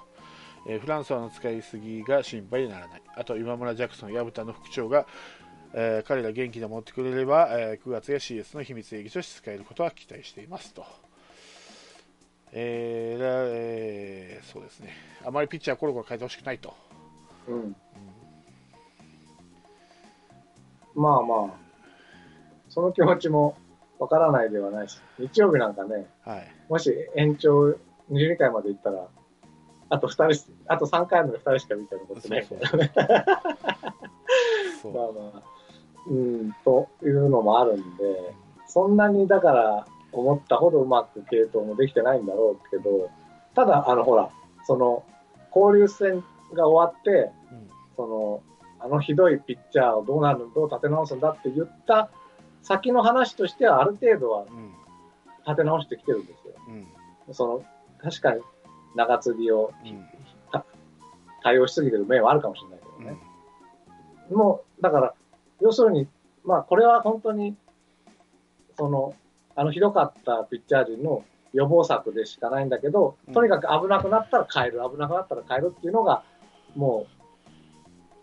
S1: えーフランソワの使いすぎが心配にならないあと今村ジャクソン薮田の副長が、えー彼ら元気で持ってくれれば、えー9月や CS の秘密兵器として使えることは期待していますとえーらえーそうですねあまりピッチャーコロコロ変えてほしくないと
S2: うん。まあまあ、その気持ちもわからないではないし、日曜日なんかね、
S1: はい
S2: もし延長22回まで行ったら、あと二人し、あと3回の2人しか見て残ってない
S1: そう
S2: から、
S1: そう
S2: まあまあ、うん、というのもあるんで、そんなにだから、思ったほどうまく系統もできてないんだろうけど、ただ、あの、ほら、その、交流戦が終わって、
S1: うん
S2: そのあのひどいピッチャーをどうなるどう立て直すんだって言った先の話としてはある程度は
S1: うん
S2: 立て直してきてるんですよ。
S1: うん
S2: その確かに長継ぎを
S1: うん
S2: 対応しすぎてる面はあるかもしれないけ
S1: う
S2: ど
S1: ん
S2: ね。もうだから要するにまあこれは本当にそのあのひどかったピッチャー陣の予防策でしかないんだけど、
S1: うん
S2: とにかく危なくなったら変える危なくなったら変えるっていうのがもう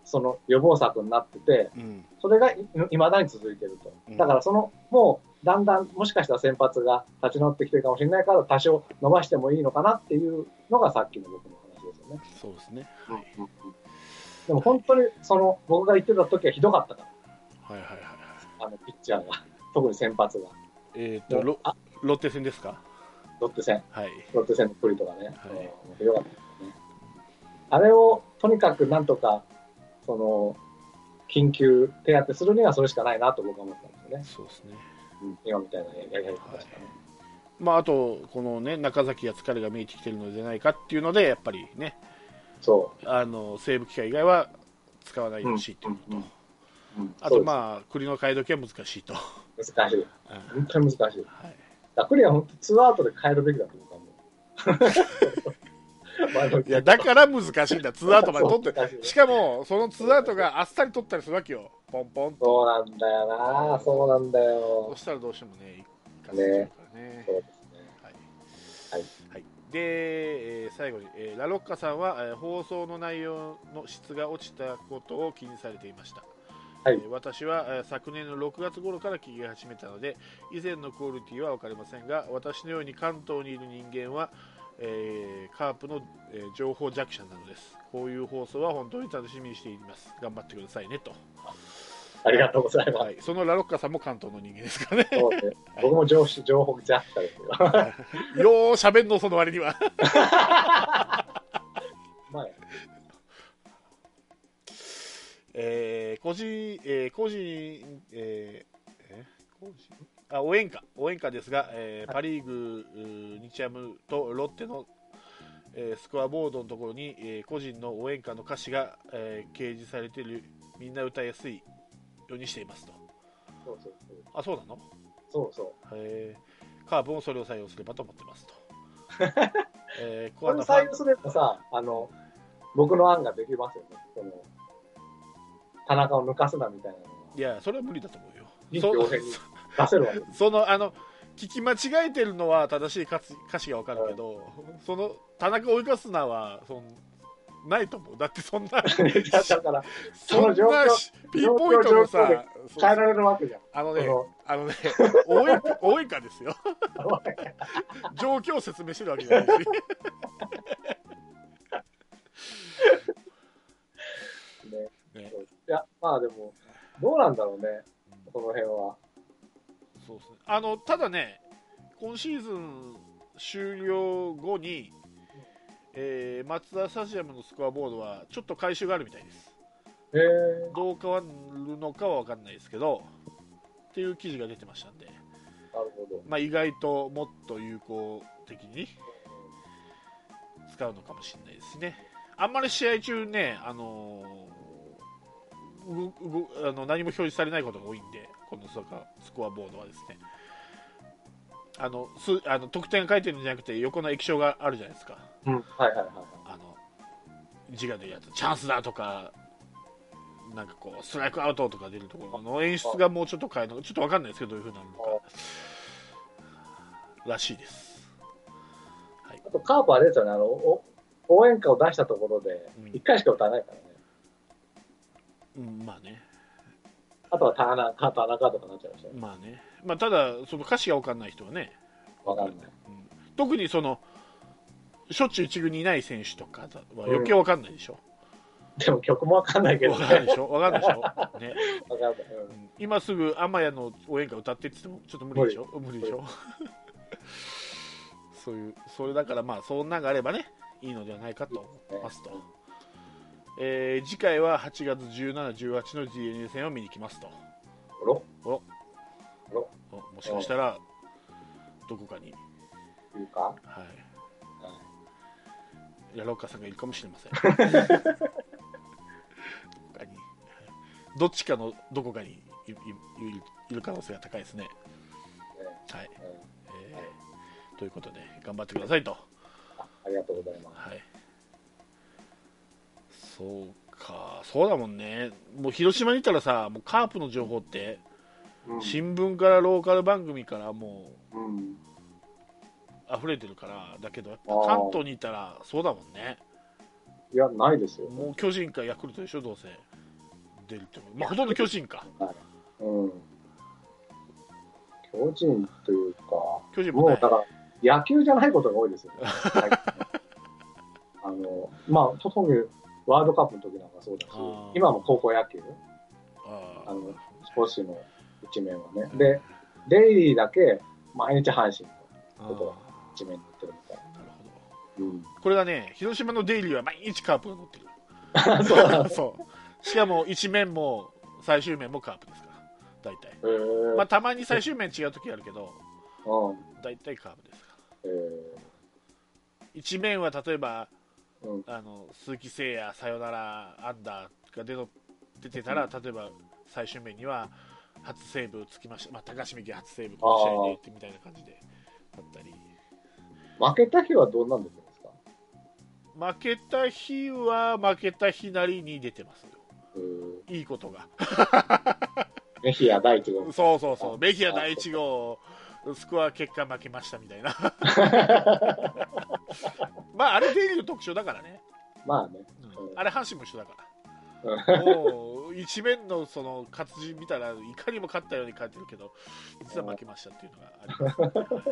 S2: その予防策になってて。
S1: うん
S2: それがいいまだに続いてると
S1: うん。
S2: だからその、もうだんだんもしかしたら先発が立ち直ってきてるかもしれないから多少伸ばしてもいいのかなっていうのがさっきの僕の話ですよね。
S1: そうですねはい
S2: でも本当にその僕が言ってた時はひどかったか
S1: はいはいはいはい
S2: ら、あのピッチャーが、特に先発が。
S1: えっ、とロ
S2: あ
S1: ロッテ戦ですか
S2: ロッテ戦、
S1: はい
S2: ロッテ戦のプリとかね、
S1: はい
S2: うんひどかったですね。あれをとにかくなんとか、その、緊急手当てするにはそれしかないなと僕は思ったんですよね。
S1: そうですね
S2: うん今みたいなやり方しかね。
S1: まああとこのね中崎や疲れが見えてきてるのではないかっていうのでやっぱりね
S2: そう。
S1: あのセーブ機会以外は使わないでほしいっていうこと、
S2: うんうん
S1: あとまあ栗の買い時は難しいと、
S2: 難し
S1: う
S2: い。
S1: んは
S2: 本当に難しい。
S1: い、
S2: ダクリは本当ツーアウトで変えるべきだと 思うからもう
S1: いやだから難しいんだツーアウトまで取って
S2: 難しいね
S1: しかもそのツーアウトがあっさり取ったりするわけよポンポンと
S2: そうなんだよな、そうなんだ
S1: そ
S2: よ。
S1: したらどうしてもね一かせちゃうからね
S2: そうですね。
S1: はい
S2: はい
S1: はい、で、えー最後に、えーラロッカさんは、えー放送の内容の質が落ちたことを気にされていました、
S2: はい
S1: えー私は、えー昨年の6月頃から聞き始めたので以前のクオリティは分かりませんが私のように関東にいる人間は、えーカープの、えー情報弱者なのですこういう放送は本当に楽しみにしています頑張ってくださいねと、
S2: ありがとうございま
S1: はい、そのラロッカさんも関東の人間ですからね
S2: す。そうね僕も情報情報ジャッカですよ。
S1: ようしゃべんのその割には
S2: まあね
S1: えー、個人、えー、個人、えーえ個人あ応援歌応援歌ですが、えーパ・リーグうー日ハムとロッテの、えースコアボードのところに、えー個人の応援歌の歌詞が、えー掲示されているみんな歌いやすいようにしていますと
S2: そうそうそう。
S1: あそうなの
S2: そうそう。
S1: えーカーブもそれを採用すればと思ってます と、えーコ
S2: こ
S1: ア
S2: れ
S1: なフ
S2: 採
S1: ァン
S2: 用すればさ、あの、僕の案ができますよね。その、田中を抜かすなみたいなの
S1: いやそれは無理だと思うよ
S2: 臨機
S1: そ
S2: 応変にが出せるわけです。
S1: そのあの聞き間違えてるのは正しい歌詞歌詞が分かるけど、その田中を追い越すなはそんないと思うだってそん な
S2: い やだから、
S1: そんな
S2: その状況
S1: ピンポイントの
S2: 状況
S1: さ
S2: で
S1: そう
S2: 変えられるわけじゃん。
S1: あの
S2: そ
S1: ね
S2: の、
S1: あのね、 応援歌応援歌ですよ。状況を説明してるわけじゃないし。
S2: ね。
S1: ね
S2: そう いや、まあでも、どうなんだろうね、その辺は。
S1: そうですね。あの、ただね、今シーズン終了後に、えー、マツダスタジアムのスコアボードはちょっと回収があるみたいです。
S2: へえ
S1: どう変わるのかは分かんないですけど、っていう記事が出てましたんで、
S2: なるほど。
S1: まあ、意外ともっと有効的に使うのかもしれないですね。あんまり試合中ね、あのーううあの何も表示されないことが多いんで、このスコアスコアボードはですね。あのすあの得点が書いてるんじゃなくて、横の液晶があるじゃないですか、
S2: うん、はいはいはいはい。
S1: あの字が出るやつ、チャンスだとか、なんかこう、ストライクアウトとか出るところの演出がもうちょっと変えるのか、ちょっと分かんないですけど、どういうふうになるのからしいです。
S2: あと、カープあれですよね、あの、お応援歌を出したところで
S1: うん、
S2: 1回しか歌わないからね。
S1: うん、まあね
S2: あとは田中、田中とかなっちゃいましたよね。
S1: まあね、まあ、ただ、その歌詞が分かんない人はね、
S2: わかんない。
S1: うん特にそのしょっちゅう一軍にいない選手とかは余計分かんないでしょ、
S2: でも曲もわかんないけ
S1: 分
S2: ど
S1: か
S2: ね。
S1: んないでしょ分かんないでしょ、ね
S2: わかんない。う
S1: うんん今すぐ天谷の応援歌歌ってって言ってもちょっと無理でしょ無理でしょ そういうそれだからまあそんなのがあればねいいのではないかと思いますと、えー次回は8月1718の d n a 戦を見に来ますと
S2: おろ
S1: おろ
S2: おろ
S1: おもしかしたらどこかに、
S2: いうか、
S1: は
S2: はい
S1: い、ラロッカさんがいるかもしれませんどこかにどっちかのどこかにいいいいる可能性が高いですね。はい
S2: ねうん
S1: えーということで頑張ってくださいと。
S2: あありがとうございます。
S1: はい、そうかそうだもんねもう広島にいたらさもうカープの情報って
S2: う
S1: 新聞からローカル番組からも
S2: ん。うん
S1: う溢れてるからだけどやっぱ
S2: あー
S1: 関東にいたらそうだもんね
S2: いや、ないですよ。
S1: もう巨人かヤクルトでしょどうせ出るってことまあほとんど巨人か
S2: うん。巨人というか、
S1: 巨人
S2: も
S1: も
S2: う
S1: な
S2: だ
S1: い
S2: から野球じゃないことが多い ですよ、ね。はいあの、まあ、ととにかくワールドカップの時なんかそうだし
S1: あー、
S2: 今も高校野球、
S1: あ
S2: あの
S1: ー、
S2: スポーツ紙の一面はね。で、デイリーだけ毎日阪神の
S1: あー
S2: ことが一面に載ってるみたいな。
S1: なるほど
S2: うん。
S1: これがね、広島のデイリーは毎日カープが乗ってる。 そう。しかも一面も最終面もカープですから、大体。
S2: えー
S1: まあ、たまに最終面違う時あるけど、
S2: うん。
S1: 大体カープですから。
S2: えー
S1: 一面は例えば、
S2: うん
S1: あの鈴木誠也、サヨナラ、アンダーが出の出てたら、例えば最終面には初セーブつきました、まあ、高橋美希初セーブこの試合で行ってみたいな感じでだったり。
S2: 負けた日はどんなん出てるんですか、
S1: 負けた日は負けた日なりに出てますよ。
S2: えー、
S1: いいことが。
S2: メヒア第1 号。
S1: そうそうそう、メヒア第1号、スコア結果負けましたみたい な。まあ、あれ、デイリーの特徴だからね、
S2: まあね。
S1: うんあれ、阪神も一緒だから。
S2: う
S1: もう一面のその活字見たらいかにも勝ったように書いてるけど実は負けましたっていうのがあり ます、ね、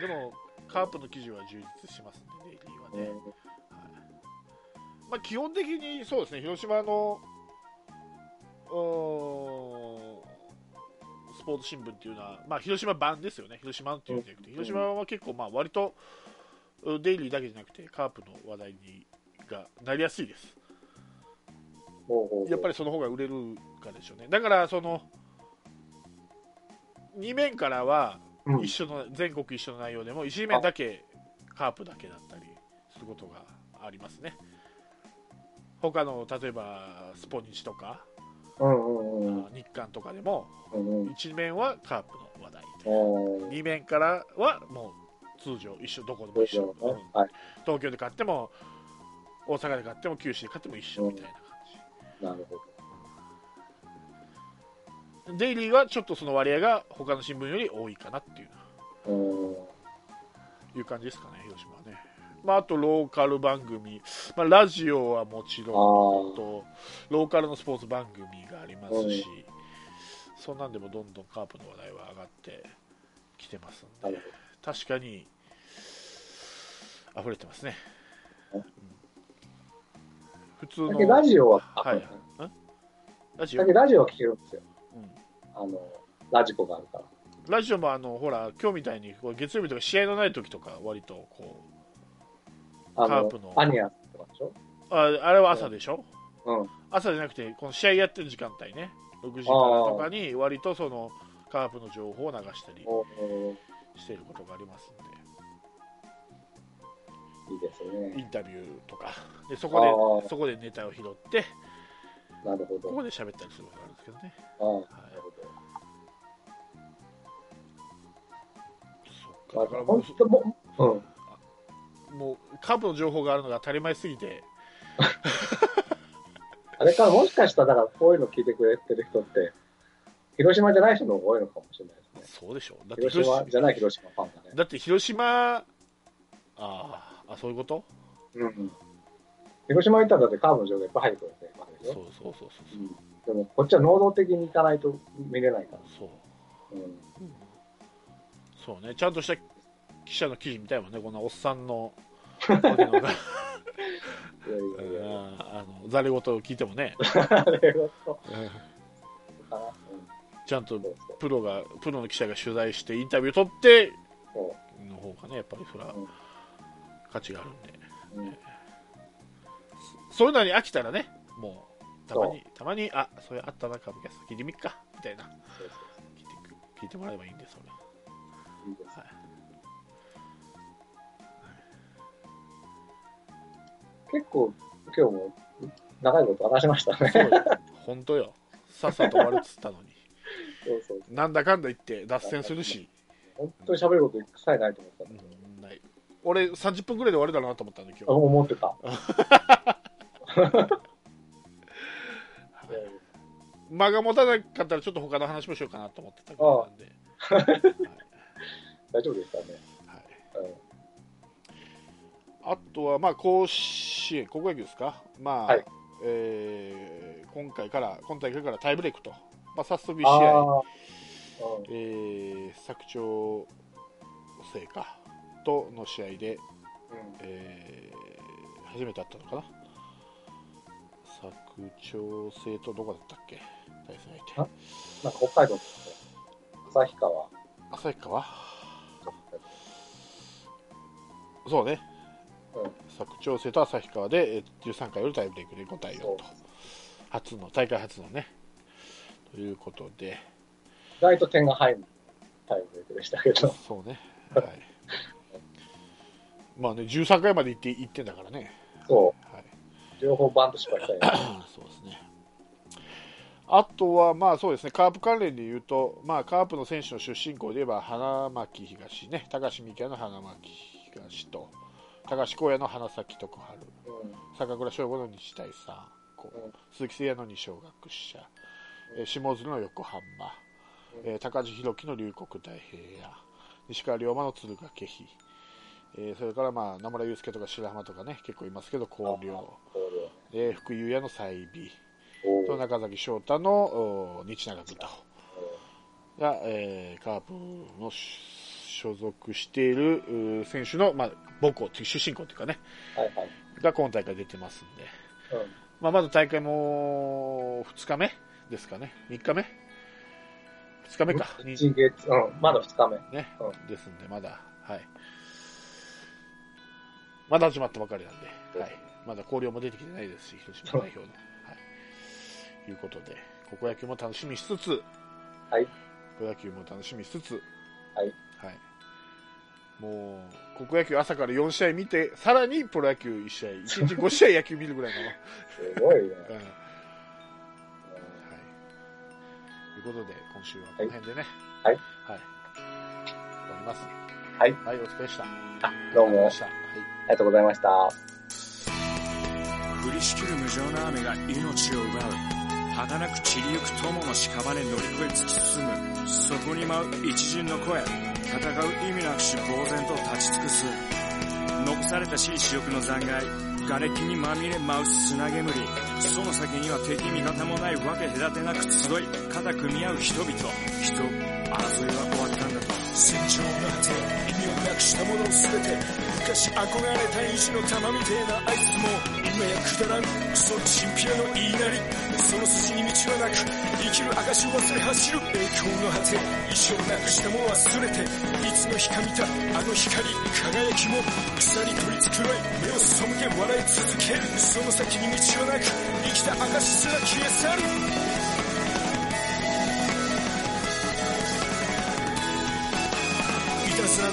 S1: でもカープの記事は充実しますんでデイリーはね、
S2: ん
S1: はいまあ、基本的にそうですね広島のうーんスポーツ新聞っていうのは、まあ、広島版ですよね、広島っていうんじゃなくて、
S2: うん
S1: 広島は結構、まあ割とうんデイリーだけじゃなくて、カープの話題にがなりやすいです、
S2: ほうほうほう
S1: やっぱりその方が売れるからでしょうね、だからその2面からは
S2: うん
S1: 一緒の、全国一緒の内容でも、1面だけカープだけだったり、ることがありますね他の例えばスポニチとか、
S2: うんうんうん。
S1: 日韓とかでも
S2: うんうん。
S1: 1面はカープの話題
S2: あー
S1: 2面からはもう通常一緒どこでも一緒、
S2: そう
S1: うん
S2: ねはい。
S1: 東京で買っても大阪で買っても九州で買っても一緒みたいな感
S2: なるほど。
S1: じ、デイリーはちょっとその割合が他の新聞より多いかなっていう
S2: うん。
S1: いう感じですかね広島はねまあ、あとローカル番組、まあ、ラジオはもちろん
S2: あー
S1: とローカルのスポーツ番組がありますし、そんなんでもどんどんカープの話題は上がってきてますん
S2: な
S1: で
S2: る
S1: 確かに溢れてますね、
S2: う
S1: うんん普通
S2: ほ
S1: の
S2: ど。だけどラジオは、
S1: はいはいラジオ
S2: だけどラジオは聞けるんですよ。
S1: うん
S2: あの、ラジコがあるから。
S1: ラジオもあのほら今日みたいにこう月曜日とか試合のない時とか割とこう
S2: あ
S1: カー
S2: の
S1: プの、
S2: アニアとかでしょ
S1: ああれは朝でしょ
S2: うん。
S1: 朝じゃなくてこの試合やってる時間帯ね6時からとかに割とそのカープの情報を流したり
S2: おー
S1: していることがありますん
S2: いいです
S1: でイ
S2: ね。
S1: ンタビューとかでそ
S2: あ
S1: こで
S2: ー
S1: そこでネタを拾って
S2: なるほ
S1: こ
S2: ど。
S1: こで喋ったりすることがあるんですけどね
S2: ああ、
S1: は
S2: ないるほど。
S1: そっか
S2: ま
S1: だから
S2: あ、
S1: も
S2: 本当も、うん。
S1: うもうカープの情報があるのが当たり前すぎて
S2: あれからもしかしたら、だからこういうの聞いてくれてる人って、広島じゃない人の方が多いのかもしれないですね。
S1: そうでしょだって
S2: 広島じゃない広島ファンだね。
S1: だって広島あーあそういうこと
S2: うん。広島行ったらだってカーブの情報がいっぱい入ってくるわけ
S1: そ
S2: で
S1: う
S2: しょ。
S1: そうそうそう
S2: うんでも、こっちは能動的に行かないと見れないから。
S1: そう
S2: うん。
S1: そうねちゃんとした記者の記事みたいもんねこんなおっさん のこういうのが
S2: いや
S1: う
S2: いやいや。
S1: んあのざれ言を聞いてもね、
S2: あれはそうかな。うん。
S1: ちゃんと
S2: そうそう
S1: プロがプロの記者が取材してインタビュー取って
S2: そ
S1: の方がねやっぱりそれは
S2: うん
S1: 価値があるんで
S2: う。うん。
S1: そういうのに飽きたらねもうたまにたまにあそれあったな株キャスト聞いてみっかみたいな
S2: そうそ
S1: 聞いてく聞いてもらえばいいんでそ れ
S2: う。いいです
S1: はい。
S2: 結構、今日も長いこと話しましたね。
S1: そうよ本当よさっさと終わるっつったのに
S2: そうそう。
S1: なんだかんだ言って脱線するし、
S2: 本当に喋ること一切ないと思ったんだけど。
S1: うんない俺30分ぐらいで終わるだろうなと思ったんだ今日
S2: あ思ってた。
S1: 間が持たなかったらちょっと他の話もしようかなと思ってたぐらいなんで、
S2: 大丈夫でしたね。
S1: はい、
S2: うん
S1: あとはまあ甲子園高校野球ですかまあ、
S2: はい
S1: えー今回から今大会からタイブレークと、まあ、早速1試
S2: あ
S1: 合、
S2: ー
S1: えー、佐久長聖かとの試合で
S2: うん
S1: えー初めて会ったのかな佐久長聖とどこだったっけ対戦相手
S2: あなんか北海道ですね。旭川。
S1: 旭川そうね、
S2: うん
S1: 佐久長聖と旭川でえー13回よりタイブレークで5対4と初の大会初のねということで
S2: 意外と点が入るタイムでしたけ ど。
S1: そうねはいまあね13回まで行って行ってんだからね
S2: そ。
S1: はいう
S2: 両方バンと失敗したいね。
S1: そうですね。あとは、まあそうですね、カープ関連で言うと、まあ、カープの選手の出身校で言えば、花巻東ね、高橋美希也の花巻東と、高橋光也の花咲徳栄、
S2: うん
S1: 坂倉翔吾の日大三高、
S2: うん
S1: 鈴木誠也の二小学舎、えー下鶴の横浜、
S2: うん
S1: えー高地弘樹の龍谷大平野、西川龍馬の敦賀気比、えーそれから、まあ、名村祐介とか白浜とかね、結構いますけど、広陵。
S2: そうだよね
S1: えー福井優也の済美
S2: おー
S1: と中崎翔太のおー日永武太
S2: う
S1: が、えーカープの所属しているうー選手の、まあ、母校という出身校というかね
S2: んはいはい。
S1: が今大会出てますんで、
S2: うん
S1: まあ、まず大会も2日目ですかね3日目2日目かに
S2: 一月、うん、まだ二日目。
S1: ね
S2: う
S1: ですんでまだはいまだ始まったばかりなんで、はい、まだ交流も出てきてないですし広島代表の、はい、いうことで高校野球も楽しみしつつ
S2: はい
S1: 高校野球も楽しみしつつ
S2: はい、
S1: はいもう、国野球朝から4試合見て、さらにプロ野球1試合、1日5試合野球見るぐらいの。
S2: すごいね。
S1: うんはい。ということで、今週はこの辺でね。
S2: はい。
S1: はい。終わります。
S2: はい
S1: はい、お疲れでした。
S2: あどうも、あ
S1: お疲れ様でしたはい
S2: りがとうございました。
S3: 降りしきる無情な雨が命を奪う儚く散りゆく友の屍乗り越え突き進むそこに舞う一陣の声戦う意味なくし呆然と立ち尽くす残された死に死翼の残骸瓦礫にまみれ舞う砂煙その先には敵味方もないわけ隔てなく集い肩組み合う人々人争いは終わったんだと戦場の果て意味をなくしたもの全て昔憧れた意地の玉みてえなあいつも今やくだらんクソチンピラの言いなりその筋に道はなく生きる証を忘れ走る栄光の果て意地をなくしたも忘れていつの日か見たあの光輝きも草に取り繕い目を背け笑い続けるその先に道はなく生きた証すら消え去るいたずら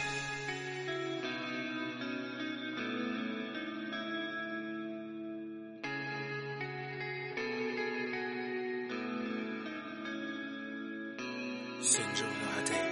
S3: 戦場の果て